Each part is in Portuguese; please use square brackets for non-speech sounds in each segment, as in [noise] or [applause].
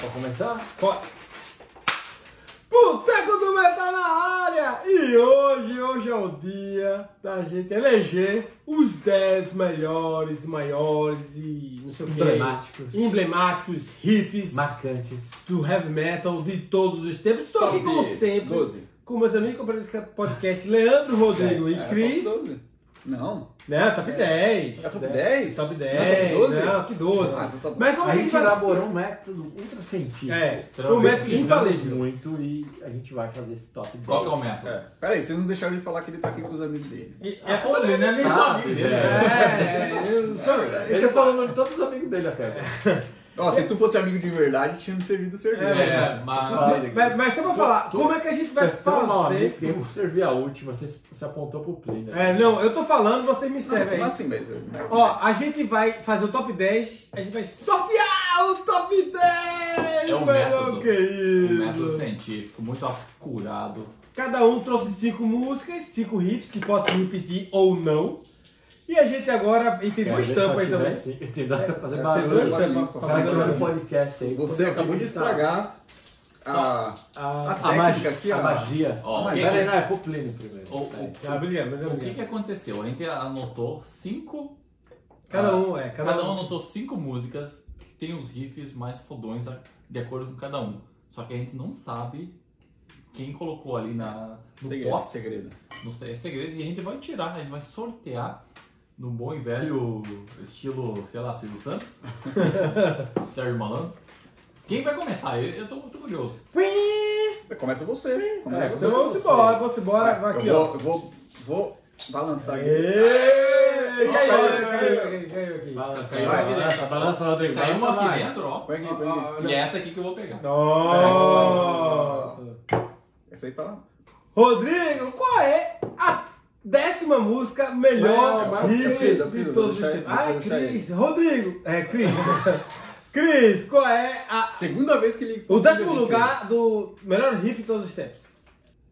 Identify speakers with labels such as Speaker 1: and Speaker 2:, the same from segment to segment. Speaker 1: Vou começar? Pode. Boteco do Metal tá na área! E hoje, hoje é o dia da gente eleger os 10 melhores, maiores e não sei o que.
Speaker 2: Emblemáticos.
Speaker 1: Emblemáticos riffs
Speaker 2: Marcantes.
Speaker 1: do heavy metal de todos os tempos. Estou aqui como sempre
Speaker 3: 12.
Speaker 1: com meus amigos do podcast Leandro, Rodrigo e
Speaker 3: É,
Speaker 1: Cris.
Speaker 3: top 12. Não.
Speaker 1: Né, top 10.
Speaker 3: É top
Speaker 2: Né?
Speaker 3: 10?
Speaker 1: Top
Speaker 3: Não,
Speaker 1: 10, não, que 12.
Speaker 3: Ah, então tá bom.
Speaker 1: Mas como é que
Speaker 2: A
Speaker 1: a
Speaker 2: gente
Speaker 1: gente vai
Speaker 2: elaborou um método ultra científico.
Speaker 1: É,
Speaker 2: Então,
Speaker 1: um método
Speaker 2: pesquisamos
Speaker 1: infalível.
Speaker 2: muito e a gente vai fazer esse top 10.
Speaker 4: Qual que é o método?
Speaker 3: É. Peraí, vocês não deixaram ele falar que ele tá aqui com os amigos dele.
Speaker 4: É a foto dele, não é nem só
Speaker 2: sabe,
Speaker 4: amigo dele.
Speaker 1: né?
Speaker 2: velho.
Speaker 1: É, eu não sei.
Speaker 2: Ele falou o nome de todos os amigos dele até.
Speaker 3: Ó, se tu fosse amigo de verdade, tinha me servido cerveja.
Speaker 4: É,
Speaker 3: né?
Speaker 4: mas-
Speaker 3: Não sei, né?
Speaker 1: Mas, mas só pra falar, como é que a gente vai
Speaker 2: É tão mal amigo
Speaker 1: fazer?
Speaker 2: que eu servi a última, você se apontou pro play, né?
Speaker 1: É, não, eu tô falando, você
Speaker 3: Não,
Speaker 1: me serve aí.
Speaker 3: não assim, mas... mas-
Speaker 1: É, Ó, a gente vai fazer o top 10, a gente vai sortear o top 10!
Speaker 4: É um
Speaker 1: mas
Speaker 4: método.
Speaker 1: não, que
Speaker 4: Um método
Speaker 1: isso.
Speaker 4: científico, muito acurado.
Speaker 1: Cada um trouxe cinco músicas, cinco riffs que pode repetir ou não. E a gente agora, e tem
Speaker 2: Quero
Speaker 1: duas
Speaker 2: ver se eu
Speaker 1: tampas aí também.
Speaker 2: tivesse- Tem duas pra fazer
Speaker 1: Tem duas
Speaker 2: barulho.
Speaker 1: tampas pra
Speaker 2: Tá
Speaker 1: fazer
Speaker 2: gravando
Speaker 1: barulho.
Speaker 2: podcast é aí.
Speaker 3: Você acabou de estragar a...
Speaker 2: A,
Speaker 3: A
Speaker 2: a
Speaker 3: técnica
Speaker 2: magia.
Speaker 3: aqui, ó.
Speaker 2: a magia.
Speaker 4: Ó,
Speaker 2: Mas
Speaker 4: o que-
Speaker 2: pera aí, não, é pro Plínio primeiro.
Speaker 4: O, o-
Speaker 1: Ah, obrigado, obrigado.
Speaker 4: o que, que aconteceu? A gente anotou cinco.
Speaker 1: Cada
Speaker 4: ah,
Speaker 1: um, é, cada,
Speaker 4: Cada um
Speaker 1: um.
Speaker 4: anotou cinco músicas que tem os riffs mais fodões a- de acordo com cada um. Só que a gente não sabe quem colocou ali na, no
Speaker 3: Segredo,
Speaker 4: pop,
Speaker 3: segredo.
Speaker 4: no se- é segredo, e a gente vai tirar, a gente vai sortear no bom e velho estilo, sei lá, Silvio Santos,
Speaker 2: [laughs]
Speaker 4: Sérgio Malandro. Quem vai começar? Eu, eu tô, tô curioso.
Speaker 3: Começa você, hein? Começa
Speaker 1: É,
Speaker 3: você.
Speaker 1: então vamos
Speaker 3: você.
Speaker 1: embora, vamos embora,
Speaker 3: Vai,
Speaker 1: vai aqui,
Speaker 3: eu
Speaker 1: ó.
Speaker 3: vou, Eu vou, vou balançar aqui.
Speaker 1: Êêêê!
Speaker 3: Nossa,
Speaker 1: Caiu,
Speaker 3: vai,
Speaker 1: caiu, caiu, caiu, caiu.
Speaker 2: Balança,
Speaker 4: Caiu
Speaker 2: vai,
Speaker 4: aqui
Speaker 2: balança,
Speaker 4: dentro.
Speaker 2: balança, Rodrigo.
Speaker 4: Caiu
Speaker 2: Balança
Speaker 4: uma aqui
Speaker 2: mais.
Speaker 4: dentro, ó.
Speaker 3: Põe aqui, põe aqui.
Speaker 4: E é essa aqui que eu vou pegar.
Speaker 1: Nossa!
Speaker 3: Essa aí tá...
Speaker 1: Rodrigo, qual é a décima música
Speaker 2: Não,
Speaker 1: melhor
Speaker 2: mas
Speaker 3: Cris, eu
Speaker 1: riff
Speaker 3: fiz,
Speaker 1: de
Speaker 3: eu
Speaker 1: todos os
Speaker 3: vou deixar ele,
Speaker 1: tempos?
Speaker 3: eu
Speaker 1: Ai,
Speaker 3: vou deixar
Speaker 1: Cris, Rodrigo, é, Cris. [laughs] Cris, qual é a,
Speaker 3: Segunda vez que ele...
Speaker 1: o décimo lugar do melhor riff de todos os tempos?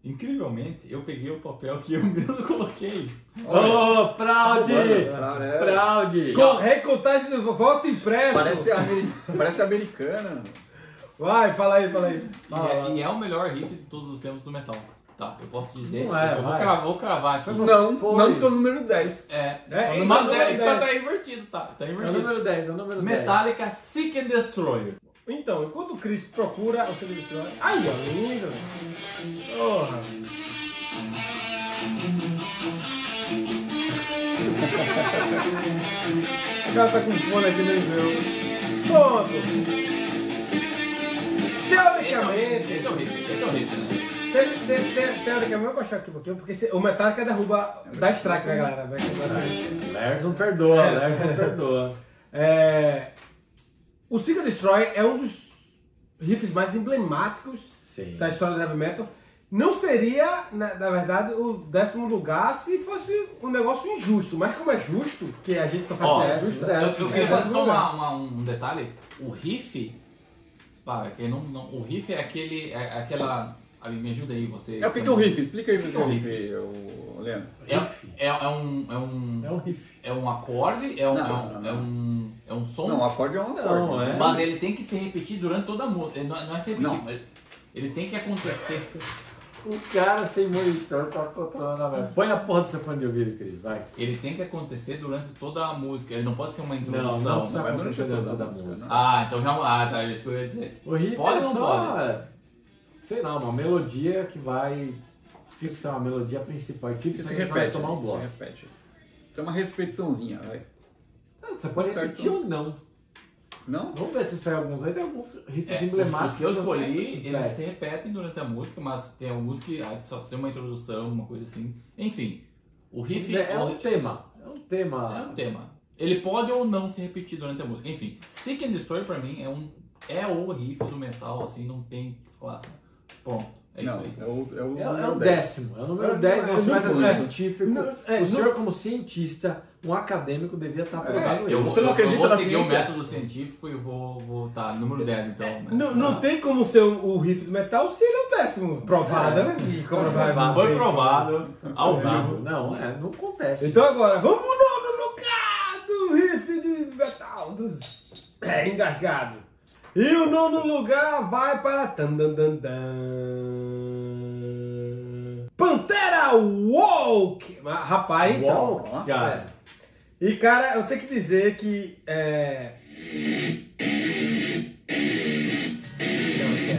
Speaker 4: Incrivelmente, eu peguei o papel que eu [laughs] mesmo coloquei.
Speaker 2: Ô, fraude!
Speaker 3: Olha,
Speaker 2: Fraude!
Speaker 1: Com recontagem do voto impresso.
Speaker 3: Parece, ameri- Parece americana.
Speaker 1: Vai, fala aí, fala aí.
Speaker 4: E
Speaker 2: Ah, lá.
Speaker 4: é, e é o melhor riff de todos os tempos do metal. Tá, eu posso dizer.
Speaker 2: Não é,
Speaker 4: eu vou
Speaker 2: vai.
Speaker 4: cravar, vou cravar aqui.
Speaker 3: Não,
Speaker 2: Pois.
Speaker 3: não pelo número 10.
Speaker 4: É,
Speaker 1: É, esse é o
Speaker 4: mas
Speaker 1: número
Speaker 4: é, tá,
Speaker 1: 10.
Speaker 4: tá invertido, tá? Tá
Speaker 2: É o
Speaker 4: invertido.
Speaker 2: número 10, é o número 10.
Speaker 4: Metallica Seek and Destroy.
Speaker 1: Então, enquanto o Chris procura o seu destrói. Aí, ó, lindo. né? Porra. o cara tá com fone aqui nem viu. Pronto. Teoricamente,
Speaker 4: Esse é o riff, esse é o riff. né?
Speaker 1: te- te- te- teoricamente, eu vou baixar aqui um pouquinho, porque se- o Metallica derruba, dá strike né, galera. Vai- vai-
Speaker 2: Lers não perdoa, Lers não perdoa.
Speaker 1: É, o Seek and Destroy é um dos riffs mais emblemáticos
Speaker 2: Sim.
Speaker 1: da história do heavy metal. Não seria, na, na verdade, o décimo lugar se fosse um negócio injusto. Mas como é justo, que a gente só faz
Speaker 4: Ó,
Speaker 1: oh,
Speaker 2: décimo,
Speaker 1: justo,
Speaker 2: décimo.
Speaker 4: Eu, eu queria
Speaker 1: É,
Speaker 4: fazer só
Speaker 1: lugar.
Speaker 4: uma- uma- um detalhe. O riff. Pá, quem não, não- o riff é aquele. É aquela. ah, Me ajuda aí, você.
Speaker 3: É o que que é o riff? Explica aí o que que é o
Speaker 4: O
Speaker 3: riff,
Speaker 4: riff.
Speaker 3: o Leandro.
Speaker 4: É, é, é um. É um
Speaker 2: É um riff.
Speaker 4: é um acorde, é um,
Speaker 3: Não,
Speaker 4: é um,
Speaker 3: não, não.
Speaker 4: É um, é um som,
Speaker 3: Não, o acorde é um acorde.
Speaker 2: Não, é.
Speaker 4: mas ele tem que se repetir durante toda a música. Ele Não, não é se repetir,
Speaker 3: Não.
Speaker 4: mas ele tem que acontecer.
Speaker 2: O cara sem monitor tá controlando a merda. Põe a porra do seu fone de ouvido, Cris, vai.
Speaker 4: Ele tem que acontecer durante toda a música. Ele não pode ser uma
Speaker 2: Não,
Speaker 4: introdução.
Speaker 2: não precisa
Speaker 3: vai
Speaker 2: acontecer
Speaker 3: durante
Speaker 2: dentro
Speaker 3: toda
Speaker 2: da
Speaker 3: a música,
Speaker 2: música. né?
Speaker 4: Ah, então já. Ah, tá, isso que eu ia dizer.
Speaker 2: O riff
Speaker 4: Pode
Speaker 2: é
Speaker 4: ou não
Speaker 2: só, é. sei lá, uma melodia que vai fixar a melodia principal. E
Speaker 3: Você
Speaker 2: Tipo,
Speaker 3: se
Speaker 2: você vai
Speaker 3: repete, né?
Speaker 2: tomar um
Speaker 3: se
Speaker 2: bloco.
Speaker 3: repete. Tem uma repetiçãozinha, vai.
Speaker 2: Ah, Você pode
Speaker 3: Certo.
Speaker 2: repetir ou não.
Speaker 3: Não?
Speaker 2: Vamos ver se sai alguns aí. Tem alguns riffs
Speaker 4: É,
Speaker 2: emblemáticos.
Speaker 4: os que eu
Speaker 2: você
Speaker 4: escolhi, eles
Speaker 2: repete.
Speaker 4: se repetem durante a música, mas tem alguns que ah, só tem uma introdução, uma coisa assim. Enfim, o riff
Speaker 2: É, é
Speaker 4: o-
Speaker 2: um tema. É um tema.
Speaker 4: É um tema. Ele pode ou não se repetir durante a música. Enfim, Seek and Destroy pra mim é um é o riff do metal, assim, não tem o que falar. assim. Pronto, é isso
Speaker 3: não,
Speaker 4: aí.
Speaker 3: é o, é o,
Speaker 2: É, é
Speaker 3: número
Speaker 2: o
Speaker 3: 10.
Speaker 2: décimo, é o número
Speaker 1: É,
Speaker 2: 10
Speaker 1: é
Speaker 2: nosso método
Speaker 1: muito, né?
Speaker 2: científico.
Speaker 1: Não, é,
Speaker 2: o
Speaker 1: não-
Speaker 2: senhor, como cientista, um acadêmico, devia estar apoiado
Speaker 4: Eu,
Speaker 2: nisso.
Speaker 3: Você não
Speaker 4: eu- eu
Speaker 3: acredita
Speaker 4: vou
Speaker 3: na
Speaker 4: seguir o
Speaker 3: ciência?
Speaker 4: método científico e vou, vou tá, número 10 então. né?
Speaker 1: Não, não tem como ser um, o riff do metal se ele é o décimo. Provado. né? E comprovado.
Speaker 4: Foi provado ao
Speaker 2: Não,
Speaker 4: vivo.
Speaker 2: não, é, não acontece.
Speaker 1: Então agora, vamos pro nono lugar do riff de metal. Dos... É, engasgado. E o nono lugar vai para. tan, dan, dan, dan. Pantera Walk! Ah, Rapaz, então.
Speaker 2: Uau, cara.
Speaker 1: E cara, eu tenho que dizer que. É... é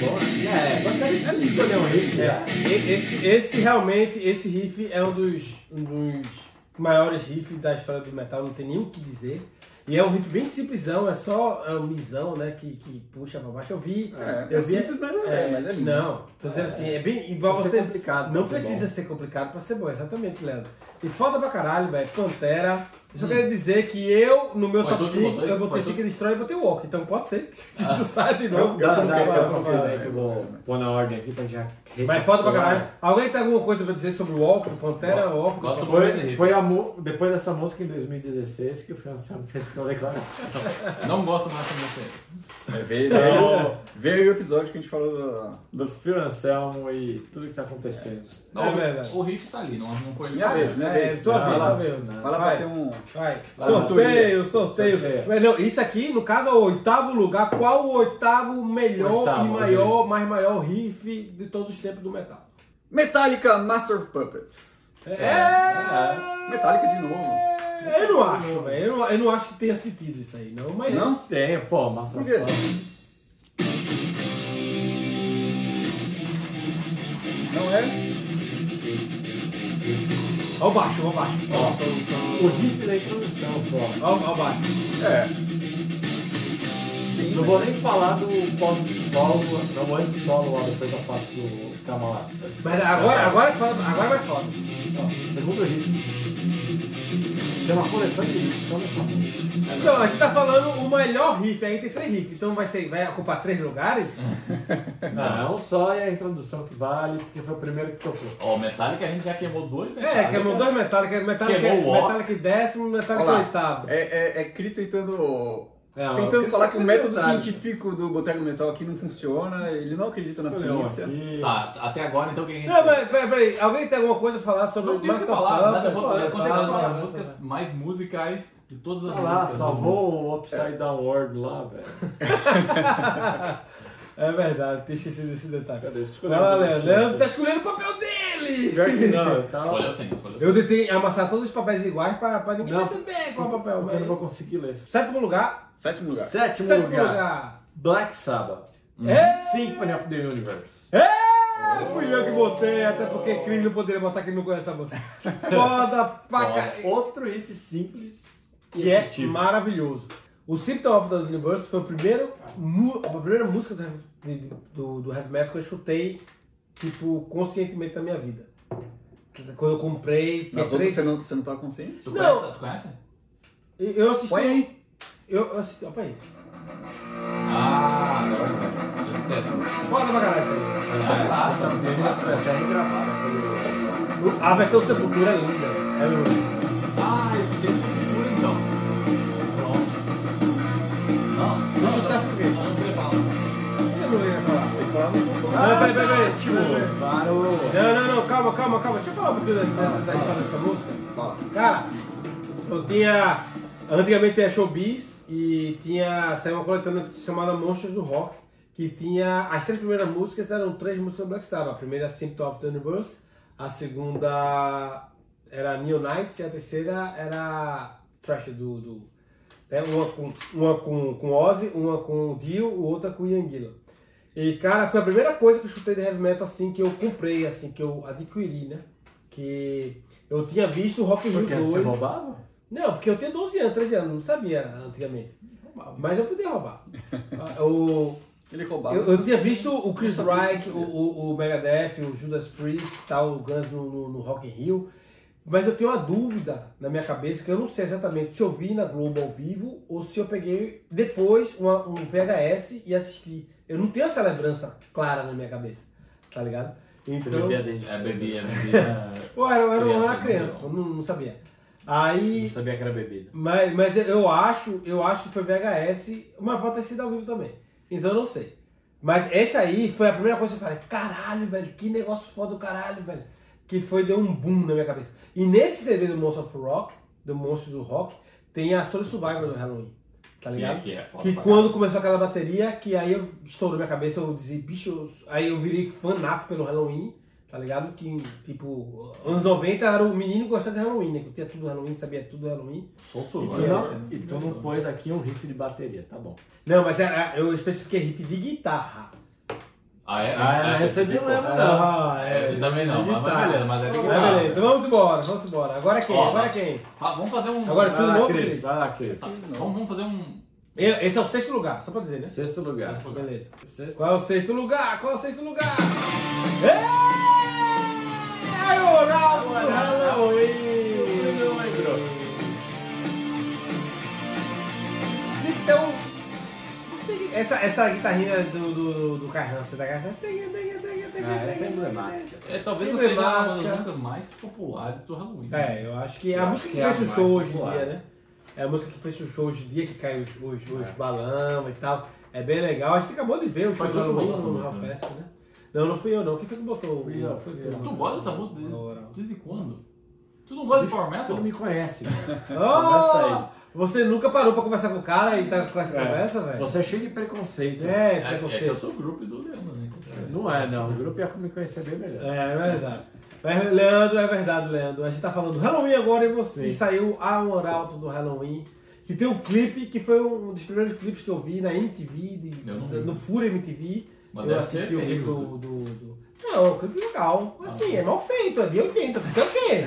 Speaker 2: Bom, é, mas cara, isso é escolher um riff,
Speaker 1: É,
Speaker 2: né?
Speaker 1: e- esse, esse realmente, esse riff é um dos, um dos maiores riffs da história do metal, não tem nem o que dizer. E é um riff bem simplesão, é só é um misão, né, que, que puxa pra baixo. Eu vi,
Speaker 3: É,
Speaker 1: eu
Speaker 3: é
Speaker 1: vi...
Speaker 3: simples, mas é, mas é lindo.
Speaker 1: Não, tô dizendo assim, é bem... Igual
Speaker 2: Isso é
Speaker 1: você,
Speaker 2: complicado pra
Speaker 1: não
Speaker 2: ser bom.
Speaker 1: precisa ser complicado pra ser bom, exatamente, Leandro. E foda pra caralho, velho, Pantera... Eu
Speaker 2: Hum.
Speaker 1: só queria dizer que eu, no meu
Speaker 4: Foi
Speaker 1: top
Speaker 4: tu que
Speaker 1: 5,
Speaker 4: botou aí? Ah.
Speaker 1: eu botei
Speaker 4: Foi tu?
Speaker 1: Seek and Destroy e botei Walk, então pode ser que isso saia de
Speaker 2: Eu,
Speaker 1: novo.
Speaker 2: eu,
Speaker 1: porque
Speaker 2: coloquei,
Speaker 1: não
Speaker 2: eu
Speaker 1: vou
Speaker 2: consigo,
Speaker 1: falar.
Speaker 2: né, que eu vou pôr na ordem aqui pra já...
Speaker 1: Mas foda pra caralho. Alguém tem alguma coisa pra dizer sobre o Walk, o Pantera, o Walk?
Speaker 4: Gosto muito desse
Speaker 2: Foi,
Speaker 4: riff.
Speaker 2: foi a mu- depois dessa música em 2016 que o Fiançado fez aquela declaração. [laughs]
Speaker 4: Não gosto mais dessa música.
Speaker 3: É, veio, veio, veio o episódio que a gente falou da.
Speaker 2: Dos Phil Anselmo e tudo que tá acontecendo.
Speaker 4: Não,
Speaker 1: É
Speaker 4: o-
Speaker 1: verdade.
Speaker 4: o riff tá ali, não, não foi
Speaker 3: Minha vez, né?
Speaker 1: É,
Speaker 3: Vez.
Speaker 1: tua
Speaker 3: Vai
Speaker 1: vez,
Speaker 3: lá,
Speaker 1: tua vez.
Speaker 3: Vai lá bater um.
Speaker 1: Vai.
Speaker 2: Vai lá.
Speaker 1: Sorteio, sorteio.
Speaker 2: Sorteio.
Speaker 1: Mas não, isso aqui, no caso, é o oitavo lugar. Qual o oitavo melhor
Speaker 2: Oitavo,
Speaker 1: e maior, mais maior riff de todos os tempos do metal?
Speaker 3: Metallica Master of Puppets.
Speaker 1: É.
Speaker 3: Metallica de novo.
Speaker 1: Eu não acho, velho. Eu, não- eu não acho que tenha sentido É isso aí, não. Mas
Speaker 3: Não?
Speaker 2: Tem, pô, mostra
Speaker 3: Por quê?
Speaker 2: a foto.
Speaker 3: Não é?
Speaker 1: Ó o baixo, ó o baixo.
Speaker 2: O riff da introdução só.
Speaker 1: Ó, ó o baixo.
Speaker 3: É. Sim.
Speaker 2: Não vou nem falar do pós-solo, não antes solo lá depois da parte do Camalá.
Speaker 1: Mas agora, agora, é foda, agora vai foda.
Speaker 2: Então, Segundo riff. Tem uma coleção de riffs, só nessa música.
Speaker 1: Não, a gente tá falando o melhor riff, aí tem três riffs. Então vai, ser, vai ocupar três lugares?
Speaker 2: Não,
Speaker 1: Ah.
Speaker 2: é um só e é a introdução que vale, porque foi o primeiro que tocou.
Speaker 4: Ó, o Metallica a gente já queimou dois, né?
Speaker 1: É, queimou dois Metallica, Metallica,
Speaker 4: Queimou o ó.
Speaker 1: Metallica décimo, Metallica
Speaker 3: Olha lá.
Speaker 1: oitavo.
Speaker 3: É, é, é Chris tentando.
Speaker 1: É,
Speaker 2: Não, é
Speaker 3: Tentando falar que o método
Speaker 2: verdade.
Speaker 3: científico do Boteco Metal aqui não funciona, ele não acredita na ciência.
Speaker 2: Aqui.
Speaker 4: Tá, até agora então o que a gente.
Speaker 1: Não, É, mas peraí, peraí, alguém tem alguma coisa a falar sobre
Speaker 4: Não tem o que
Speaker 1: Master
Speaker 4: falar,
Speaker 1: Plan?
Speaker 4: mas eu vou
Speaker 1: Fala,
Speaker 4: eu consigo
Speaker 1: fala,
Speaker 4: falar
Speaker 1: fala,
Speaker 4: das músicas
Speaker 1: fala.
Speaker 4: mais musicais de todas
Speaker 1: Tá,
Speaker 4: as
Speaker 2: Olha tá lá,
Speaker 4: músicas.
Speaker 2: salvou o Upside Down World lá, velho.
Speaker 1: É verdade, tinha esquecido desse detalhe.
Speaker 2: Cadê? Escolhi
Speaker 1: Vai lá,
Speaker 2: um
Speaker 1: Leandro.
Speaker 2: minutinho.
Speaker 1: Leandro tá escolhendo o papel dele!
Speaker 2: Pior que não, eu tava...
Speaker 4: Escolheu sim, escolheu sim.
Speaker 1: Eu tentei amassar todos os papéis iguais pra, pra ninguém
Speaker 2: Não.
Speaker 1: perceber qual é o papel.
Speaker 2: Porque eu
Speaker 1: Mas...
Speaker 2: não vou conseguir ler isso.
Speaker 1: Sétimo lugar.
Speaker 3: Sétimo lugar.
Speaker 2: Sétimo,
Speaker 1: Sétimo
Speaker 2: lugar.
Speaker 1: lugar.
Speaker 2: Black Sabbath.
Speaker 1: É.
Speaker 2: Uhum. Symphony of the Universe.
Speaker 1: É, fui eu que botei, até porque Cris não poderia botar que ele não conhece a música. [laughs] Foda pra
Speaker 4: Foda.
Speaker 1: caralho.
Speaker 2: Outro riff simples e
Speaker 1: que é
Speaker 2: efetivo.
Speaker 1: maravilhoso. O Symptom of the Universe foi o primeiro, mu- a primeira música do, heavy- de- do, do heavy metal que eu escutei, tipo, conscientemente da minha vida. Quando eu comprei,
Speaker 3: Nas
Speaker 1: comprei-
Speaker 3: outras você não, você não tá consciente?
Speaker 4: Tu
Speaker 1: Não.
Speaker 4: conhece? Tu conhece?
Speaker 1: eu assisti...
Speaker 3: Põe aí.
Speaker 1: Eu eu assisti... Opa aí.
Speaker 4: Ah, agora eu conheço. Eu escutei essa música.
Speaker 1: Foda pra caralho isso aí.
Speaker 4: Ah, é clássico, não tem nada.
Speaker 2: Foi até regravada pelo...
Speaker 1: O- A versão Sepultura é linda. É linda.
Speaker 4: Ah, eu escutei essa música então. Pronto. Não,
Speaker 1: Deixa eu
Speaker 4: não,
Speaker 1: testar
Speaker 4: não.
Speaker 1: por quê?
Speaker 4: Não, não queria falar.
Speaker 1: Eu não ia falar.
Speaker 3: Tem que falar no controle.
Speaker 1: Não, peraí, peraí, peraí.
Speaker 2: Tipo, parou.
Speaker 1: Não, não, não, calma, calma, calma. Deixa eu falar um pouquinho da, da, da história dessa música.
Speaker 3: Fala.
Speaker 1: Cara, eu tinha. Antigamente tinha showbiz e tinha. saiu uma coletânea chamada Monstros do Rock, que tinha. As três primeiras músicas eram três músicas do Black Sabbath. A primeira Symptom of the Universe, a segunda era Neon Knights e a terceira era Trash do. do né? Uma, com, uma com, com Ozzy, uma com Dio, outra com Ian Gillan. E cara, foi a primeira coisa que eu escutei de heavy metal assim que eu comprei, assim, que eu adquiri, né? Que eu tinha visto o Rock in Rio
Speaker 2: Porque você
Speaker 1: 2.
Speaker 2: roubava?
Speaker 1: Não, porque eu tinha 12 anos, 13 anos, não sabia antigamente. Mas eu podia roubar. Ah, o-
Speaker 3: Ele roubava.
Speaker 1: eu, eu tinha visto o Chris Reich, o, o, o Megadeth, o Judas Priest, tal, o Guns no, no- no Rock in Rio. Mas eu tenho uma dúvida na minha cabeça, que eu não sei exatamente se eu vi na Globo ao vivo ou se eu peguei depois uma- um VHS e assisti. Eu não tenho essa lembrança clara na minha cabeça, tá ligado?
Speaker 2: Você
Speaker 1: Então,
Speaker 2: bebia desde
Speaker 4: É,
Speaker 2: cedo.
Speaker 4: bebi,
Speaker 1: [laughs]
Speaker 4: é, bebi. é.
Speaker 1: Pô, eu era, eu era uma
Speaker 4: Criança,
Speaker 1: criança,
Speaker 4: né?
Speaker 1: pô, não, não sabia.
Speaker 2: Não
Speaker 1: Aí,
Speaker 2: sabia que era bebida.
Speaker 1: mas, mas eu acho, eu acho que foi VHS, mas pode ter sido ao vivo também. Então eu não sei. Mas esse aí foi a primeira coisa que eu falei, caralho, velho, que negócio foda do caralho, velho. Que foi, deu um boom na minha cabeça. E nesse CD do Monster of Rock, do Monstro do Rock, tem a Soul Survivor do Halloween. tá ligado?
Speaker 4: Que, que é foda
Speaker 1: Que
Speaker 4: pra
Speaker 1: quando começou aquela bateria, que aí eu estourou minha cabeça, eu dizia, bicho, eu- aí eu virei fanato pelo Halloween, tá ligado? Que, tipo, anos 90 era o menino gostando de Halloween, né? Que eu tinha tudo Halloween, sabia tudo Halloween.
Speaker 4: caralho. Sou
Speaker 2: E
Speaker 1: Então
Speaker 4: survival.
Speaker 2: tu Então, não,
Speaker 4: né?
Speaker 2: e tu não pôs aqui um riff de bateria, tá bom.
Speaker 1: Não, mas era, eu especifiquei riff de guitarra.
Speaker 4: Ah, é?
Speaker 2: Ah, essa eu não lembro não. É,
Speaker 1: Ah,
Speaker 4: Eu também não, mas, mas
Speaker 1: guitarra.
Speaker 4: beleza, mas é de
Speaker 1: Mas
Speaker 4: guitarra.
Speaker 1: Tá beleza, então vamos embora, vamos embora. Agora é quem?
Speaker 4: Ó,
Speaker 1: Agora quem?
Speaker 4: Fa- Vamos fazer um.
Speaker 1: Agora-
Speaker 2: Vai
Speaker 1: tudo
Speaker 2: lá,
Speaker 1: novo,
Speaker 2: Cris,
Speaker 1: Cris?
Speaker 2: vai lá, Cris.
Speaker 3: Ah,
Speaker 4: Tá, vamos, vamos fazer um.
Speaker 1: Eu- Esse é o sexto lugar, só pra dizer, né?
Speaker 2: Sexto lugar.
Speaker 4: Sexto lugar.
Speaker 1: Beleza.
Speaker 2: Sexto.
Speaker 1: Qual é o sexto lugar? Qual é o sexto lugar? Ei! O Rabo do Halloween!
Speaker 3: Não lembrou.
Speaker 1: Então, essa, essa guitarrinha do, do, tá? do Carrança, da Carrança.
Speaker 2: Ah, essa é emblemática.
Speaker 4: É, talvez não seja uma das
Speaker 1: Emblemática.
Speaker 4: músicas mais populares do Halloween.
Speaker 1: né? É, eu acho que é a
Speaker 2: Eu
Speaker 1: música que
Speaker 2: acho que é
Speaker 1: fez
Speaker 2: a
Speaker 1: o
Speaker 2: mais
Speaker 1: show hoje em
Speaker 2: popular. É.
Speaker 1: dia, né? É a música que fez o show hoje em dia, que cai os, os, os balão e tal. É bem legal. A gente acabou de ver o show
Speaker 4: Foi
Speaker 1: do
Speaker 4: tu que
Speaker 1: Halloween
Speaker 4: botou essa
Speaker 1: no
Speaker 4: música,
Speaker 1: Hall
Speaker 4: né?
Speaker 1: Fest, né? Não, não fui eu não. Quem foi que botou?
Speaker 2: Fui eu, fui eu.
Speaker 4: Tu gosta dessa música
Speaker 1: Oral.
Speaker 4: desde, desde quando? Tu não gosta de Power
Speaker 2: Tu
Speaker 4: Metal?
Speaker 2: não me conhece.
Speaker 1: Oh, você nunca parou pra conversar com o cara e tá com essa
Speaker 2: É.
Speaker 1: conversa, velho?
Speaker 2: Você é cheio de preconceito.
Speaker 1: É,
Speaker 4: É, é que eu
Speaker 1: preconceito.
Speaker 4: sou o grupo do Leandro, né? que eu-
Speaker 2: Não é, não. O grupo ia me conhecer bem melhor.
Speaker 1: É, é verdade. Mas, Leandro, é verdade, Leandro. A gente tá falando do Halloween agora e você.
Speaker 2: Sim.
Speaker 1: E saiu a Moralto do Halloween. Que tem um clipe que foi um dos primeiros clipes que eu vi na MTV, de-
Speaker 4: Eu não
Speaker 1: da-
Speaker 4: vi.
Speaker 1: no Fura MTV.
Speaker 4: Mas
Speaker 1: eu
Speaker 4: deve ser
Speaker 1: assisti o clipe
Speaker 4: terrível. né? Ah,
Speaker 1: do, do, do- Não, é um clipe legal. Assim, é mal feito, é de 80. Tu quer o quê?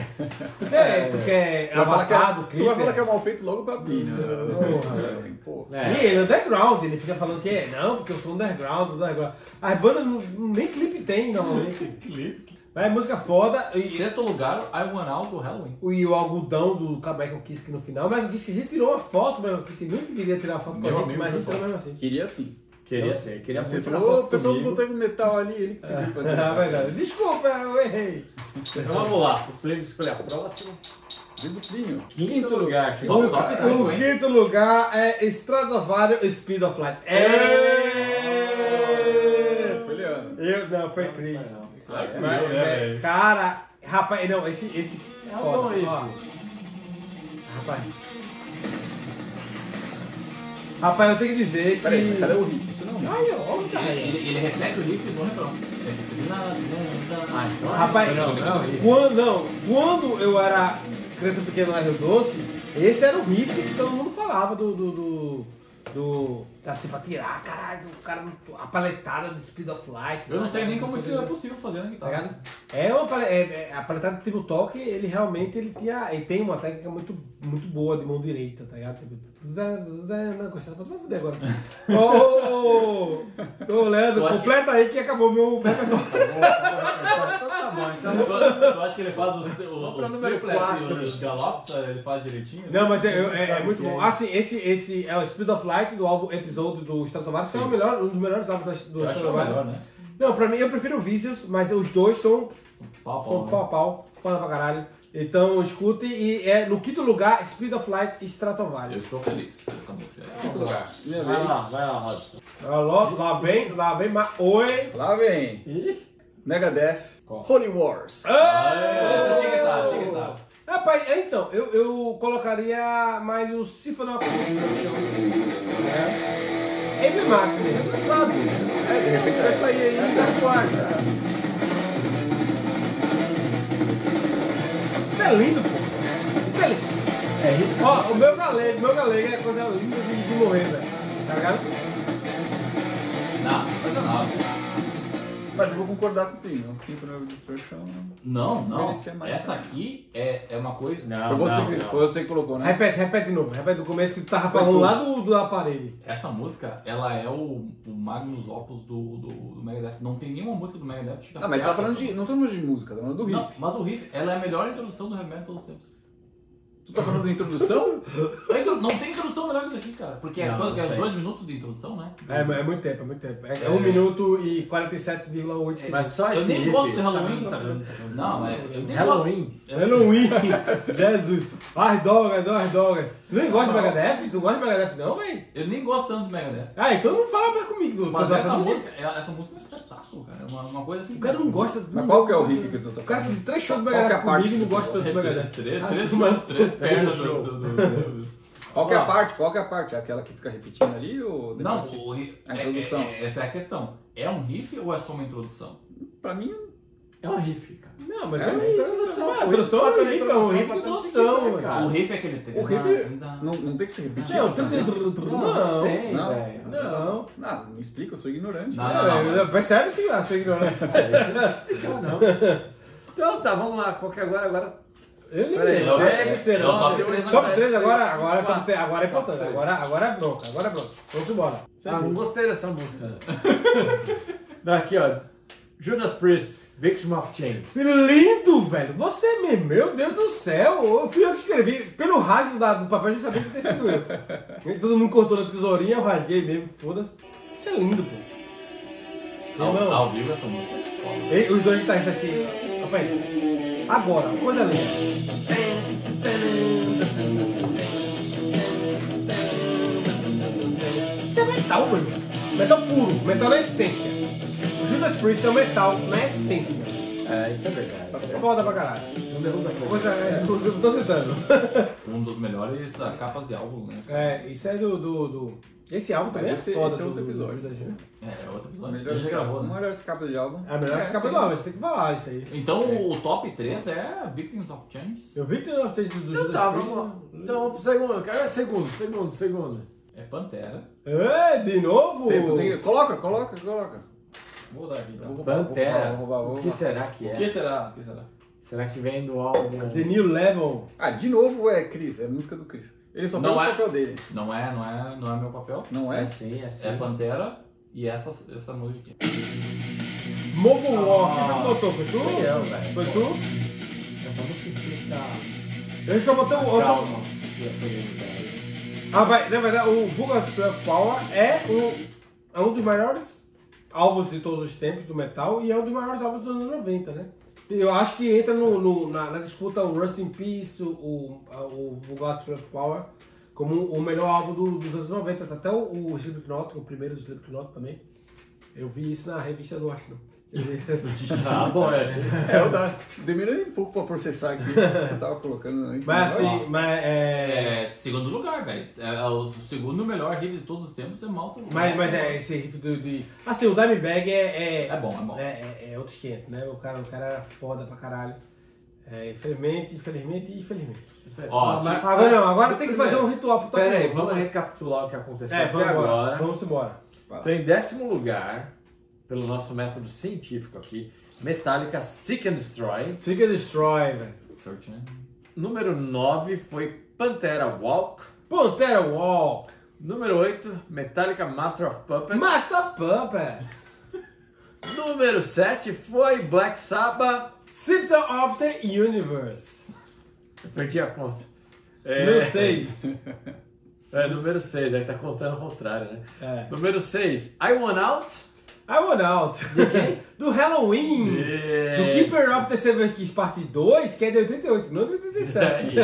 Speaker 1: Tu quer, tu quer
Speaker 3: É. Tu vai falar que é-
Speaker 1: avatar do clipe?
Speaker 3: Tu vai falar que é mal feito logo pra mim, né?
Speaker 1: Porra.
Speaker 3: Porra.
Speaker 1: E ele é underground, ele fica falando que é, não, porque eu sou underground, underground. As bandas não- nem clipe tem, normalmente.
Speaker 3: [laughs]
Speaker 4: Clipe.
Speaker 1: Mas é música foda
Speaker 4: Em
Speaker 1: e,
Speaker 4: sexto lugar, I Want Out do Halloween.
Speaker 1: e o algodão do Ca- Michael Kiske no final. Michael Kiske, a gente tirou uma foto, Michael Kiske muito queria tirar uma foto com a
Speaker 4: Meu
Speaker 1: gente,
Speaker 4: amigo,
Speaker 1: mas a gente
Speaker 4: pessoal.
Speaker 1: tirou mesmo
Speaker 3: [laughs]
Speaker 1: assim.
Speaker 3: Queria sim.
Speaker 2: Queria ser, queria
Speaker 3: Você
Speaker 2: ser.
Speaker 3: falou, o pessoal do Boteco Metal ali, ele que pediu
Speaker 1: [laughs]
Speaker 3: pra
Speaker 1: Na
Speaker 3: tirar.
Speaker 1: Ah, verdade, desculpa, eu errei.
Speaker 2: Então vamos lá. O Plínio escolhe a próxima.
Speaker 3: Vindo Plinio.
Speaker 2: Quinto, lugar. Cris.
Speaker 4: Top,
Speaker 1: O,
Speaker 4: top cinco,
Speaker 1: o
Speaker 4: Tá hein?
Speaker 1: quinto lugar é Stradivario Speed of Light.
Speaker 3: É,
Speaker 1: É!
Speaker 3: Foi Leandro.
Speaker 1: Eu, não, foi Cris.
Speaker 4: Claro que
Speaker 1: Mas,
Speaker 4: não, né,
Speaker 1: é,
Speaker 4: velho?
Speaker 1: cara, rapaz, não, esse, esse
Speaker 2: É um bom
Speaker 1: foda, ó.
Speaker 2: riff.
Speaker 1: Rapaz. Rapaz, eu tenho que dizer que.
Speaker 3: Peraí, mas cadê o riff? Isso não é um riff.
Speaker 1: Ai, ó, o
Speaker 4: Ele,
Speaker 1: cara.
Speaker 4: ele- ele repete o riff no refrão. Ah, então é-
Speaker 1: Rapaz,
Speaker 4: não, não,
Speaker 1: Quando, não, quando eu era criança pequena lá em Rio Doce, esse era o riff que todo mundo falava do. do, do, do assim, pra tirar, caralho, o cara, não- a paletada do Speed of Light.
Speaker 4: Eu não tenho nem como isso
Speaker 1: sei o
Speaker 4: é
Speaker 1: que.
Speaker 4: possível fazer na
Speaker 1: Tá
Speaker 4: guitarra.
Speaker 1: ligado? É uma pale- é, é, a paletada tipo toque, ele realmente ele tinha, ele tem uma técnica muito, muito boa de mão direita, tá ligado? Tipo, tudã, tudã, não, gostava pra fuder agora. Ô, ô, ô, ô, ô, Leandro,
Speaker 4: Eu acho que-
Speaker 1: completa aí que acabou meu repertório.
Speaker 2: Então tá bom, então.
Speaker 4: Eu, eu acho que ele faz os, os,
Speaker 2: pra
Speaker 4: os
Speaker 2: número
Speaker 4: triplets
Speaker 2: quatro.
Speaker 4: e os galops, ele faz direitinho.
Speaker 1: Não, mas é, eu- é- é
Speaker 2: Sabe
Speaker 1: muito
Speaker 2: que
Speaker 1: bom.
Speaker 2: é.
Speaker 1: Assim, esse, esse é o Speed of Light do álbum Episódio do Stratovarius, que é o
Speaker 4: Sim.
Speaker 1: melhor, um dos melhores álbuns das- do
Speaker 4: eu acho que é o melhor,
Speaker 1: Stratovarius.
Speaker 4: né?
Speaker 1: Não, pra mim eu prefiro o Vicious, mas os dois são,
Speaker 4: Pau,
Speaker 1: são pau
Speaker 4: pau, pau.
Speaker 1: a pau, foda pra caralho. Então escute e é no quinto lugar Speed of Light e
Speaker 4: Eu
Speaker 1: Stratovarius.
Speaker 4: estou feliz com né? essa música.
Speaker 3: Quinto lugar. Minha
Speaker 2: Vai lá,
Speaker 3: vez.
Speaker 2: vai lá, Robson.
Speaker 1: Alô, lá vem, lá vem, ma... oi!
Speaker 3: Lá vem.
Speaker 2: Ih,
Speaker 3: Megadeth.
Speaker 2: Qual?
Speaker 3: Holy Wars.
Speaker 4: Essa tinha que estar, tinha que estar.
Speaker 1: Rapaz, é, então, eu, eu colocaria mais o Symphony of Destruction. É emblemático mesmo.
Speaker 3: Você sabe, né? É, de repente vai sair aí. Essa é a quarta.
Speaker 1: Isso é lindo, pô. Isso é lindo. É rico. Ó, o meu galego, o meu galego é coisa linda de, de morrer, velho. Tá ligado?
Speaker 4: Não, mas eu não.
Speaker 3: Mas eu vou concordar com o Plinio. Symphony of Destruction.
Speaker 4: Não,
Speaker 3: Merecia
Speaker 4: não.
Speaker 3: mais,
Speaker 4: Essa
Speaker 3: né?
Speaker 4: aqui é, é uma coisa.
Speaker 2: Não,
Speaker 3: Foi você
Speaker 2: não,
Speaker 3: que-
Speaker 2: não.
Speaker 3: foi você que colocou, né?
Speaker 1: Repete, repete de novo. Repete do começo que tu tava
Speaker 3: Foi
Speaker 1: falando
Speaker 3: tu.
Speaker 1: lá do, do aparelho.
Speaker 4: Essa música, ela é o, o Magnus Opus do, do, do Megadeth. Não tem nenhuma música do Megadeth que chega
Speaker 3: Ah, mas tá
Speaker 4: perto
Speaker 3: falando
Speaker 4: dessa
Speaker 3: de. Não tá falando de música, tá falando do riff.
Speaker 4: Não, mas o riff, ela é a melhor introdução do heavy metal dos tempos.
Speaker 3: Tu tá falando da [laughs] introdução?
Speaker 4: A intro- Não tem introdução melhor que isso aqui, cara. Porque é,
Speaker 2: Não,
Speaker 4: quanto,
Speaker 2: não
Speaker 4: é
Speaker 2: tem.
Speaker 4: dois minutos de introdução, né?
Speaker 1: É, mas é muito tempo, é muito tempo. É, é 1 minuto e 47,8 segundos.
Speaker 2: Mas só
Speaker 4: Eu
Speaker 2: esse
Speaker 4: nem
Speaker 2: riff.
Speaker 4: gosto de Halloween, tá vendo? Não, mas eu nem gosto.
Speaker 2: Halloween?
Speaker 1: Halloween, [laughs] Jesus. As drogas, as drogas. Tu nem gosta de Megadeth? Tu gosta de Megadeth não, velho?
Speaker 4: Eu nem gosto tanto do Megadeth.
Speaker 1: Ah, então não fala mais comigo. tu
Speaker 4: Mas
Speaker 1: tá
Speaker 4: essa
Speaker 1: falando-
Speaker 4: música, é- essa música é um espetáculo, cara. É uma, uma coisa assim.
Speaker 1: O cara não gosta.
Speaker 3: Mas
Speaker 1: não-
Speaker 3: qual que é o riff que tu tá
Speaker 1: O cara
Speaker 3: falando?
Speaker 1: se três shows
Speaker 3: Qual
Speaker 1: do
Speaker 3: que é
Speaker 1: Megadeth
Speaker 3: a parte
Speaker 1: comigo e
Speaker 3: que
Speaker 1: não
Speaker 3: tu
Speaker 1: gosta tanto do Megadeth.
Speaker 4: Três,
Speaker 1: Ah,
Speaker 4: três,
Speaker 1: tu manda-
Speaker 4: três pernas do. do- do- do-
Speaker 3: Qual que é a
Speaker 1: Ó.
Speaker 3: parte? Qual que é a parte? É Aquela que fica repetindo ali ou depois
Speaker 4: Não,
Speaker 3: que-
Speaker 4: o ri-
Speaker 3: a
Speaker 4: é-
Speaker 3: introdução.
Speaker 4: é- essa é a questão. É um riff ou é só uma introdução?
Speaker 3: Pra mim,
Speaker 2: É um riff, cara. [laughs]
Speaker 1: Não, mas
Speaker 3: É
Speaker 1: é um
Speaker 3: uma
Speaker 1: riff.
Speaker 2: introdução.
Speaker 1: Ah, Introdução é um riff, é um riff de
Speaker 2: Introdução,
Speaker 1: introdução,
Speaker 2: cara.
Speaker 1: mano.
Speaker 4: O riff é aquele... tá,
Speaker 3: o riff não, não tem que ser repetido.
Speaker 1: Não, sempre
Speaker 2: Não,
Speaker 1: não.
Speaker 2: tem,
Speaker 3: não,
Speaker 2: velho.
Speaker 1: Não.
Speaker 3: Não, me explica, eu sou ignorante.
Speaker 4: Não, não, não.
Speaker 1: É, Percebe-se a sua
Speaker 2: É
Speaker 1: ignorância.
Speaker 2: Não, não. Então tá, vamos lá. Qual que é agora? Agora
Speaker 1: Eu nem
Speaker 3: Peraí,
Speaker 1: lembro.
Speaker 4: é o-
Speaker 1: Deve
Speaker 4: é o
Speaker 1: ser,
Speaker 4: top
Speaker 1: ó.
Speaker 4: três, né?
Speaker 1: Top 3 agora,
Speaker 2: Seis,
Speaker 1: agora,
Speaker 2: quatro.
Speaker 1: tá- tem- agora é importante.
Speaker 2: Top
Speaker 1: Agora, agora é bronca, agora é bronca. Vamos embora.
Speaker 2: Ah, não gostei dessa [laughs] música. Não, Aqui, ó. Judas Priest, Victim of Chains.
Speaker 1: Lindo, velho. Você mesmo, meu Deus do céu. Eu fui eu que escrevi. Pelo rasgo da- do papel, eu já sabia que ia ter sido eu. [laughs] Todo mundo cortou na tesourinha, eu rasguei mesmo, foda-se. Isso é lindo, pô.
Speaker 4: Ao,
Speaker 1: Irmão.
Speaker 4: tá. ao vivo essa música é foda.
Speaker 1: Ei, os dois guitarristas aqui. Opa aí. Agora, coisa linda. Isso é metal, mano. Metal puro, metal na essência. O Judas Priest é um metal na essência.
Speaker 2: É, isso é verdade. Tá certo.
Speaker 1: Foda pra caralho.
Speaker 2: Não derruba essa
Speaker 1: Coisa, é, eu tô tentando.
Speaker 4: Um dos melhores ah, capas de álbum, né?
Speaker 1: [laughs] É, isso é do. do, do- Esse álbum também
Speaker 3: Mas
Speaker 1: é
Speaker 3: esse-
Speaker 1: foda.
Speaker 3: esse é outro
Speaker 1: do- do
Speaker 3: episódio.
Speaker 1: Judas, né?
Speaker 4: É, é outro
Speaker 3: A
Speaker 4: episódio.
Speaker 3: melhor,
Speaker 4: Ele já gravou, né?
Speaker 3: melhor escapa de álbum. um-
Speaker 1: É a melhor escapa lá, mas tem que falar isso aí.
Speaker 4: Então o top 3 é Victims of Change.
Speaker 1: Eu vi que tem nosso texto do
Speaker 2: Então
Speaker 1: Judas
Speaker 2: tá,
Speaker 1: Priest.
Speaker 2: vamos lá. Então vamos pro segundo. Cara, segundo, segundo, segundo.
Speaker 4: É Pantera.
Speaker 1: É, de novo?
Speaker 3: Tem- tu tem- coloca, coloca, coloca.
Speaker 4: Vou dar aqui então.
Speaker 3: roubar,
Speaker 2: Pantera.
Speaker 3: vou roubar, vou
Speaker 2: O
Speaker 3: roubar.
Speaker 2: que será que
Speaker 4: O
Speaker 2: é?
Speaker 4: que será? O que será?
Speaker 2: Será que vem do álbum?
Speaker 1: The New Level.
Speaker 3: Ah, de novo é Cris, é a música do Cris. Ele só
Speaker 4: Não
Speaker 3: pega
Speaker 4: é.
Speaker 3: o papel dele.
Speaker 4: Não é, não é, não é meu papel.
Speaker 3: Não é?
Speaker 2: É sim, é sim.
Speaker 4: É Pantera e essa, essa música aqui.
Speaker 1: Mobile Walk,
Speaker 4: Ah.
Speaker 1: quem botou? Foi tu?
Speaker 2: Foi eu, velho.
Speaker 1: Foi tu?
Speaker 2: Essa música fica.
Speaker 1: Eu só botei o. eu só-
Speaker 2: Calma. Essa é
Speaker 1: Ah, vai, na verdade, o Book of Strength Power é um, é um dos maiores álbuns de todos os tempos do metal e é um dos maiores álbuns dos anos 90, né? E Eu acho que entra no, no- na, na disputa o Rust in Peace, o, o, a- o Book of Strength Power, como o melhor álbum do- dos anos 90. Tá até o, o Slipknot, o primeiro do Slipknot também. Eu vi isso na revista do Washington.
Speaker 2: Tá bom, é.
Speaker 3: É, eu tava. Demorei um pouco pra processar aqui. Você tava colocando antes.
Speaker 1: mas
Speaker 3: né?
Speaker 1: assim, mas é...
Speaker 4: É segundo lugar, velho. É o segundo melhor riff de todos os tempos é Malta.
Speaker 1: Mas, mas é esse riff do, de. Assim, o Dimebag é.
Speaker 4: É bom, é bom.
Speaker 1: É, é, é outro esquento, né? O cara, o cara era foda pra caralho. É, infelizmente, infelizmente, infelizmente.
Speaker 4: Ó,
Speaker 2: Mas-
Speaker 1: Ah, Agora não, agora tem que fazer um ritual pro top
Speaker 2: Pera aí,
Speaker 1: um.
Speaker 2: vamos recapitular o que aconteceu
Speaker 1: É,
Speaker 2: até
Speaker 1: vamos embora.
Speaker 2: agora.
Speaker 1: Vamos embora.
Speaker 2: Então, em décimo lugar, pelo nosso método científico aqui, Metallica Seek and Destroy.
Speaker 1: Seek and Destroy, velho.
Speaker 4: Search, né?
Speaker 2: Número 9 foi Pantera Walk.
Speaker 1: Pantera Walk.
Speaker 2: Número 8, Metallica Master of Puppets.
Speaker 1: Massa Puppets.
Speaker 2: Número 7 foi Black Sabbath.
Speaker 1: Center of the Universe.
Speaker 2: Eu perdi a conta. É,
Speaker 1: Número 6.
Speaker 2: É, número 6, aí tá contando o contrário, né?
Speaker 1: É.
Speaker 2: Número 6, I Want Out.
Speaker 1: I Want Out. [laughs] Do Halloween. Do Keeper of the Silver Keys Parte 2, que é de 88, não de
Speaker 2: [laughs] É,
Speaker 1: 87.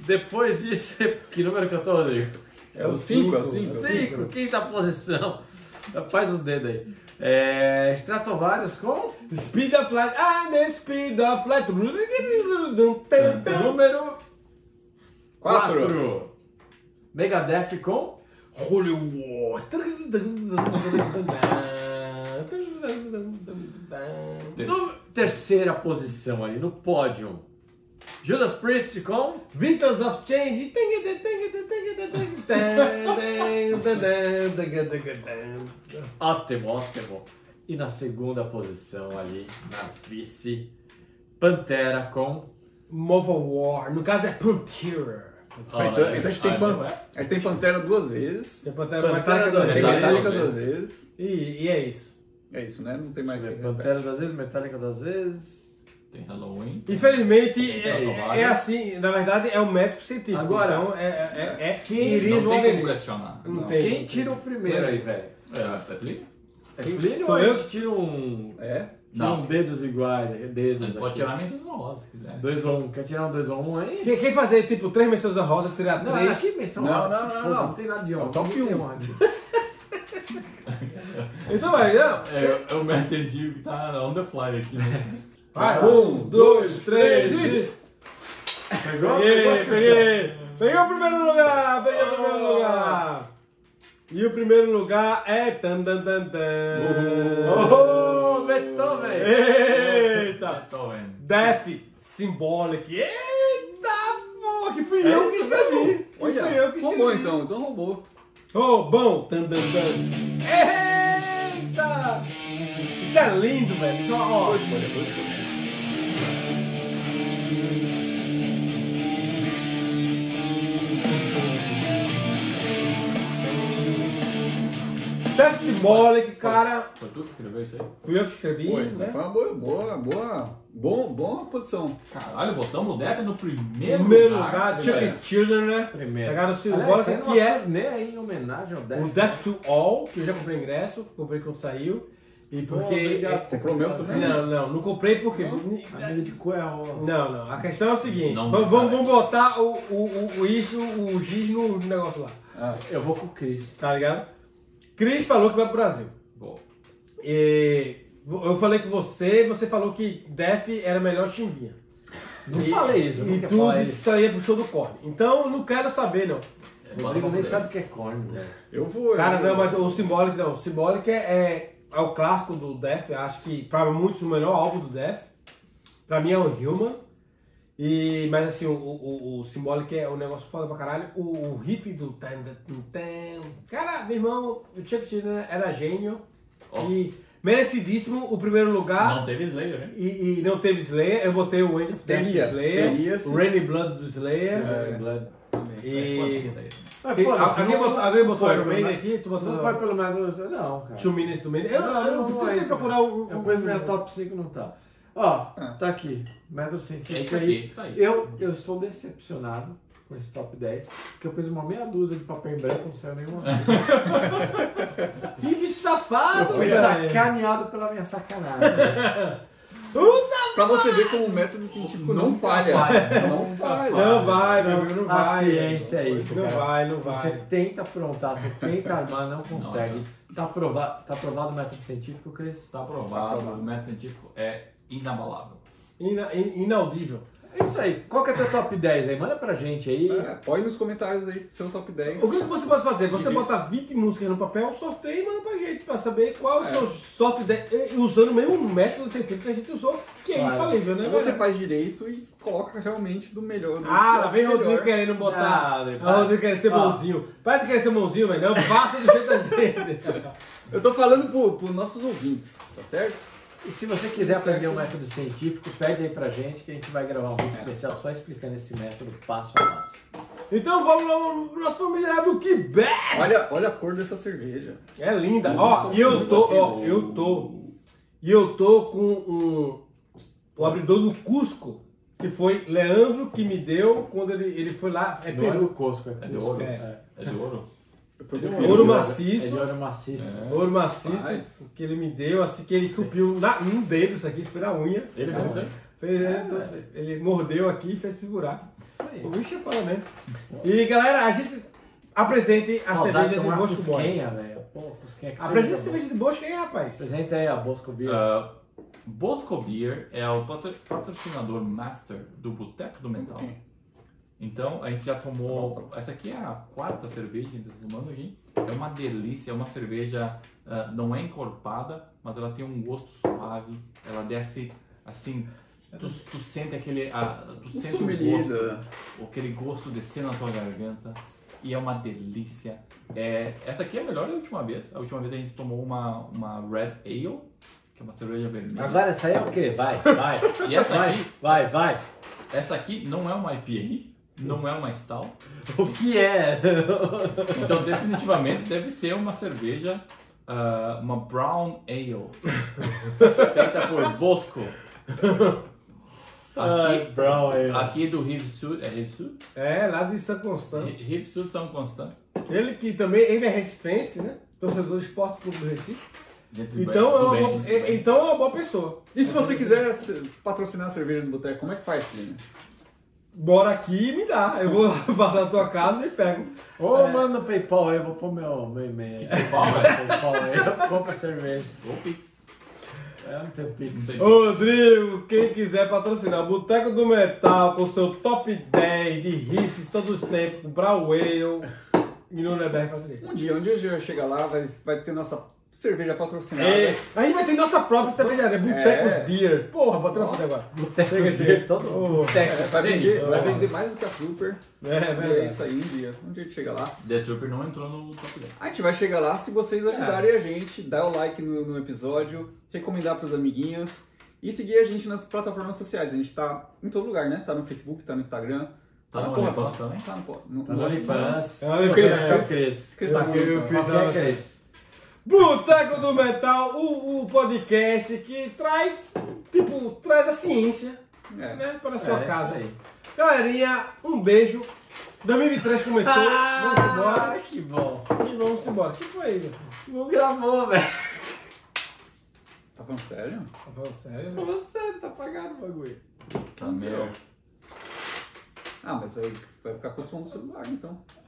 Speaker 2: Depois disso, [laughs] que número que eu tô, Rodrigo?
Speaker 3: É o 5, é o
Speaker 1: cinco,
Speaker 3: 5.
Speaker 1: é o cinco.
Speaker 2: 5, quinta posição. [laughs] Faz os dedos aí. É, Stratovarius com
Speaker 1: Speed of light, and the speed of light.
Speaker 2: número
Speaker 3: 4.
Speaker 2: 4. Megadeth com
Speaker 1: Holy War.
Speaker 2: no, terceira posição ali, no pódio. Judas Priest com
Speaker 1: Vitals of Change.
Speaker 2: ótimo, ótimo. E na segunda posição ali, na vice, Pantera com...
Speaker 1: Mova War. No caso é Pantera.
Speaker 3: Então, então a gente tem,
Speaker 4: Ah,
Speaker 3: pan...
Speaker 4: é.
Speaker 3: a gente tem Pantera duas vezes.
Speaker 1: Tem é Pantera tá
Speaker 2: Pantera
Speaker 1: Metallica
Speaker 2: do-
Speaker 1: dois.
Speaker 3: Tem
Speaker 2: Metallica
Speaker 3: Metallica
Speaker 4: duas
Speaker 3: duas vezes.
Speaker 1: E, e é isso.
Speaker 3: É isso, né? Não tem mais.
Speaker 2: É,
Speaker 3: quem repete.
Speaker 2: Pantera das vezes, Metallica das vezes...
Speaker 4: Tem Halloween.
Speaker 1: Infelizmente,
Speaker 4: Então,
Speaker 1: é,
Speaker 4: tomara.
Speaker 1: é assim, na verdade é um médico científico.
Speaker 2: Agora-
Speaker 1: então é, é, é, é quem iria
Speaker 4: Não tem como
Speaker 1: resolver isso.
Speaker 4: questionar.
Speaker 1: Não
Speaker 3: Não.
Speaker 1: tem.
Speaker 2: Quem tira o primeiro aí, velho?
Speaker 4: É, é Plínio?
Speaker 2: É Plínio
Speaker 1: Sou
Speaker 2: ou a
Speaker 1: eu?
Speaker 2: gente tira um...
Speaker 3: É?
Speaker 2: Não. Tiram
Speaker 4: Não.
Speaker 2: dedos iguais, aí, dedos
Speaker 4: Ele pode
Speaker 2: aqui.
Speaker 4: tirar menos uma rosa se quiser.
Speaker 2: 2 ou 1, um. quer tirar um 2 ou 1 um aí?
Speaker 1: Quem, quem fazer tipo três menções da rosa, tirar
Speaker 2: Não,
Speaker 1: três.
Speaker 2: aqui menção
Speaker 3: Não,
Speaker 2: rosa,
Speaker 3: não,
Speaker 2: se
Speaker 3: não,
Speaker 2: foda,
Speaker 3: não.
Speaker 2: tem nada de
Speaker 3: É o
Speaker 2: honra.
Speaker 3: top
Speaker 2: não tem
Speaker 3: um.
Speaker 2: honra aqui.
Speaker 1: Então vai, não.
Speaker 4: É, é o meu científico que tá on the fly
Speaker 1: [laughs]
Speaker 4: aqui, né?
Speaker 1: Vai,
Speaker 3: Um,
Speaker 1: dois,
Speaker 2: três e-
Speaker 1: e-
Speaker 2: Pegou?
Speaker 1: Peguei, peguei. Peguei o primeiro lugar! Peguei o primeiro lugar! E o primeiro lugar é. Tan, tan, tan, tan.
Speaker 2: Oh, Beethoven!
Speaker 1: Eita!
Speaker 4: Beethoven.
Speaker 1: Death Symbolic! Eita porra! Que fui eu que
Speaker 3: É isso
Speaker 1: escrevi!
Speaker 3: mesmo.
Speaker 1: Que
Speaker 3: Olha,
Speaker 1: fui eu que escrevi!
Speaker 3: roubou então, então roubou.
Speaker 1: Oh, bom! Tan, tan, tan. Eita! Isso é lindo, velho! Isso é uma ó,
Speaker 3: Boa escolha, boa escolha.
Speaker 1: Death Symbolic, cara!
Speaker 4: Foi tu que escreveu isso aí?
Speaker 1: Fui eu que escrevi,
Speaker 3: Foi,
Speaker 1: né?
Speaker 3: foi uma boa, boa, boa, bom, boa posição.
Speaker 4: Caralho, botamos o Def no primeiro,
Speaker 1: Primeiro lugar,
Speaker 4: velho.
Speaker 1: Chuck Children, né?
Speaker 4: É.
Speaker 2: Primeiro.
Speaker 1: Pegaram o
Speaker 2: Aliás,
Speaker 1: Symbolic,
Speaker 2: tem uma
Speaker 1: que é
Speaker 2: turnê aí em homenagem ao Death.
Speaker 1: O Death to All, que eu já comprei ingresso, comprei quando saiu. E porque. é,
Speaker 2: obrigado.
Speaker 3: Comprou o meu também?
Speaker 1: Não, não, não comprei porque.
Speaker 2: Amigo de é coelho.
Speaker 1: Não, não. A questão é o seguinte:
Speaker 4: Não,
Speaker 1: vamos, vamos,
Speaker 4: cara.
Speaker 1: vamos botar o, o, o, o isso, o giz no negócio lá,
Speaker 3: Ah,
Speaker 2: Eu vou com o Chris.
Speaker 1: tá ligado? Cris falou que vai pro Brasil.
Speaker 4: Boa.
Speaker 1: E eu falei com você, você falou que Def era melhor chimbinha.
Speaker 2: Não
Speaker 1: E-
Speaker 2: falei isso. eu
Speaker 1: E
Speaker 2: nunca
Speaker 1: tu
Speaker 2: falei
Speaker 1: disse que
Speaker 2: isso.
Speaker 1: só ia pro show do corne. Então eu não quero saber, não.
Speaker 4: É,
Speaker 2: O Rodrigo
Speaker 4: bota
Speaker 2: nem
Speaker 4: pra
Speaker 2: sabe o que é corno, velho.
Speaker 3: eu vou.
Speaker 1: Cara,
Speaker 4: é.
Speaker 3: eu-
Speaker 1: não, mas o Symbolic não. O Symbolic é, é, é o clássico do Death. Acho que pra muitos o melhor álbum do Death. Pra mim é o Human. E, mas assim, o, o, o Symbolic é um negócio foda pra caralho. O, o riff do. tan, tan, tan, tan. Cara, meu irmão, o Chuck Chandler era gênio.
Speaker 4: Ó.
Speaker 1: E merecidíssimo o primeiro lugar.
Speaker 2: Ah?
Speaker 4: Não teve Slayer, né?
Speaker 1: E, e não teve Slayer. Eu botei o End of Death do
Speaker 3: Teria,
Speaker 1: Slayer.
Speaker 3: teria,
Speaker 1: o
Speaker 3: sim.
Speaker 1: Rainy Blood do Slayer.
Speaker 3: É.
Speaker 2: Blood.
Speaker 4: É, foda-se
Speaker 1: E.
Speaker 4: que tá aí.
Speaker 1: Tem- Alguém botou, alguém botou Iron
Speaker 3: né?
Speaker 1: Maiden aqui? Tu botou
Speaker 2: Não vai pelo menos. Não, cara.
Speaker 1: Two Minutes um do Metal. Eu, eu, eu,
Speaker 2: não É
Speaker 1: tentei
Speaker 2: entra.
Speaker 1: procurar o. o-
Speaker 2: Eu pus minha top 5 não tá. Ó,
Speaker 3: Ah.
Speaker 2: tá aqui. Metal
Speaker 4: É
Speaker 2: Científico
Speaker 4: isso
Speaker 2: é
Speaker 4: aqui,
Speaker 2: isso.
Speaker 4: tá aí.
Speaker 2: Eu, eu sou decepcionado com esse top 10, porque eu pus uma meia dúzia de papel em branco, não saiu nenhuma.
Speaker 1: Que bicho safado,
Speaker 2: Eu fui
Speaker 1: velho!
Speaker 2: sacaneado É, pela minha sacanagem.
Speaker 1: Usa!
Speaker 3: Pra você ver como o método científico não,
Speaker 4: Nunca
Speaker 3: falha.
Speaker 4: falha.
Speaker 3: Não falha.
Speaker 1: Não vai, meu
Speaker 2: Não,
Speaker 1: amigo, não
Speaker 2: a
Speaker 1: vai.
Speaker 2: ciência é isso,
Speaker 1: Não
Speaker 2: cara.
Speaker 1: vai, não
Speaker 2: Você
Speaker 1: vai.
Speaker 2: tenta aprontar, você tenta armar, não consegue. Tá aprovado, tá aprovado o método científico, Cris?
Speaker 4: Tá
Speaker 2: Tá
Speaker 4: provado,
Speaker 2: aprovado.
Speaker 4: o método científico é inabalável.
Speaker 1: Ina- in- inaudível.
Speaker 2: É isso aí. Qual que é teu top 10 aí? Manda pra gente aí.
Speaker 3: É, põe nos comentários aí seu top 10.
Speaker 1: O que, que você pode fazer? Você
Speaker 3: Que
Speaker 1: bota
Speaker 3: isso.
Speaker 1: 20 músicas no papel, sorteia e manda pra gente pra saber qual é.
Speaker 3: É.
Speaker 1: o seu sorte de... usando o mesmo método científico que a gente usou, que é
Speaker 2: Claro.
Speaker 1: infalível, né?
Speaker 3: Você
Speaker 1: velho?
Speaker 3: faz direito e coloca realmente do melhor. do
Speaker 1: Ah,
Speaker 3: que
Speaker 1: lá
Speaker 3: é
Speaker 1: vem o
Speaker 3: melhor.
Speaker 1: Rodrigo querendo botar.
Speaker 2: Ah, Rodrigo.
Speaker 1: Ah, o Rodrigo quer ser
Speaker 2: Ah.
Speaker 1: bonzinho. Pai, tu quer ser bonzinho, velho? Não, passa do jeito da gente.
Speaker 3: Eu tô falando pro, pros nossos ouvintes, tá certo?
Speaker 2: E se você quiser aprender um método científico, pede aí pra gente que a gente vai gravar um vídeo especial só explicando esse método passo a passo.
Speaker 1: Então vamos lá, nosso familiar do Quebec.
Speaker 3: Olha, olha a cor dessa cerveja.
Speaker 1: É linda. Ó, e eu tô, ó, eu tô. E eu tô com um, o abridor do Cusco, que foi Leandro que me deu quando ele, ele foi lá. É
Speaker 2: Não é do
Speaker 1: Peru.
Speaker 2: Cosco, é
Speaker 4: É de
Speaker 2: Cusco.
Speaker 4: ouro?
Speaker 1: É.
Speaker 4: É de ouro?
Speaker 3: Foi do
Speaker 1: Ouro
Speaker 2: É de
Speaker 1: maciço.
Speaker 2: É de ouro maciço.
Speaker 1: Ouro maciço
Speaker 3: Rapaz.
Speaker 1: que ele me deu, assim que ele cupiu na, um dedo isso aqui, foi na unha.
Speaker 2: É.
Speaker 4: Ele mesmo, isso aí?
Speaker 1: Fez- ele, ele mordeu aqui e fez esse buraco.
Speaker 2: aí.
Speaker 1: O bicho é foda mesmo. E galera, a gente apresente a
Speaker 2: Saudade é de
Speaker 1: cerveja
Speaker 2: tomar
Speaker 1: de Bosco Boy.
Speaker 2: cusquenha, velho. Pô, cusquenha
Speaker 1: Apresenta
Speaker 2: que
Speaker 1: a
Speaker 2: cerveja boa.
Speaker 1: cerveja de Bosco aí, rapaz.
Speaker 2: Apresenta aí a Bosco Beer.
Speaker 4: Ah, Bosco Beer é o patro- patrocinador master do Boteco do Mental. Então, a gente já
Speaker 2: Tá
Speaker 4: tomou. Essa aqui é a quarta cerveja que a gente tá tomando aqui. É uma delícia, é uma cerveja. ah, não é encorpada, mas ela tem um gosto suave. Ela desce assim. Tu, tu sente aquele. ah, tu
Speaker 3: Um
Speaker 4: sente o
Speaker 3: sommelier
Speaker 2: né?
Speaker 4: gosto.
Speaker 3: da-
Speaker 4: Aquele gosto descer na tua garganta. E é uma delícia. É, essa aqui é a melhor da última vez. A última vez a gente tomou uma, uma Red Ale, que é uma cerveja vermelha.
Speaker 2: Agora essa aí é o quê? Vai, vai.
Speaker 4: E essa
Speaker 2: vai,
Speaker 4: aqui?
Speaker 2: Vai, vai.
Speaker 4: Essa aqui não é uma IPA, não é uma Stout.
Speaker 2: O que é? [laughs]
Speaker 4: Então, definitivamente, deve ser uma cerveja, ah, uma Brown Ale, [laughs] feita por Bosco. Aqui,
Speaker 2: Brown Ale.
Speaker 4: aqui do Rive Sul, é Rive Sul?
Speaker 1: É, lá de São Constante.
Speaker 4: Ri- Rive Sul São Constante.
Speaker 1: Ele que também ele é recifense, né? Torcedor do Esporte Clube do Recife.
Speaker 4: Gente, tudo
Speaker 1: Então é,
Speaker 4: bem,
Speaker 1: uma
Speaker 4: tudo
Speaker 1: boa,
Speaker 4: bem, tudo
Speaker 1: é-
Speaker 4: bem.
Speaker 1: então é uma boa pessoa.
Speaker 3: E se você quiser se- patrocinar a cerveja do boteco, como é que faz, Plínio?
Speaker 1: Bora aqui e me dá. Eu vou [laughs] passar na tua casa e pego.
Speaker 2: Ô, manda o PayPal aí, eu vou pôr meu, meu e-mail. [laughs]
Speaker 4: Pau, velho.
Speaker 1: então-
Speaker 2: PayPal aí, eu compro a cerveja.
Speaker 4: Ou Pix.
Speaker 2: É, não tem pix.
Speaker 4: Não tem.
Speaker 1: Rodrigo, quem quiser patrocinar o Boteco do Metal com seu top 10 de riffs todos os tempos, com Brauel e Nuremberg facilita.
Speaker 3: Um dia, um dia a gente vai chegar lá, vai, vai ter nossa cerveja patrocinada.
Speaker 1: É, a gente vai ter nossa própria cervejaria, Botecos
Speaker 3: É.
Speaker 1: Beer. Porra, bota uma foto agora.
Speaker 2: Boteco
Speaker 1: Chega, chega.
Speaker 2: Beer, todo mundo.
Speaker 1: Porra.
Speaker 3: É, vai, vender,
Speaker 1: Sim.
Speaker 3: vai vender mais do que a Trooper.
Speaker 1: É, é
Speaker 3: E é
Speaker 1: verdade.
Speaker 3: isso aí, um dia. Um dia a gente chega lá.
Speaker 4: The Trooper não entrou no top 10.
Speaker 3: A gente vai chegar lá se vocês
Speaker 4: É.
Speaker 3: ajudarem a gente, dar o like no, no episódio, recomendar pros amiguinhos e seguir a gente nas plataformas sociais. A gente tá em todo lugar, né? Tá no Facebook, tá no Instagram.
Speaker 4: Tá no
Speaker 3: porra,
Speaker 4: OnlyFans também?
Speaker 3: Tá no,
Speaker 2: Tá no OnlyFans.
Speaker 1: Ah, eu
Speaker 2: Você
Speaker 1: queria-
Speaker 2: é o Cris.
Speaker 3: Cris tá no
Speaker 1: Eu- eu
Speaker 3: OnlyFans.
Speaker 1: fiz-
Speaker 2: Quem é Cris?
Speaker 1: Boteco do Metal, o, o podcast que traz, tipo, traz a ciência,
Speaker 3: É.
Speaker 1: né, para a
Speaker 2: É,
Speaker 1: sua
Speaker 2: isso
Speaker 1: casa.
Speaker 2: aí.
Speaker 1: Galerinha, um beijo. 2023 começou, vamos embora
Speaker 2: Ah, que bom.
Speaker 1: e vamos embora. O que foi isso?
Speaker 2: Não gravou, velho.
Speaker 3: Tá falando sério?
Speaker 1: Tá falando sério?
Speaker 2: Tô falando sério, tá apagado o bagulho.
Speaker 4: Tá melhor.
Speaker 3: Ah, mas vai, vai ficar com o som do celular, então.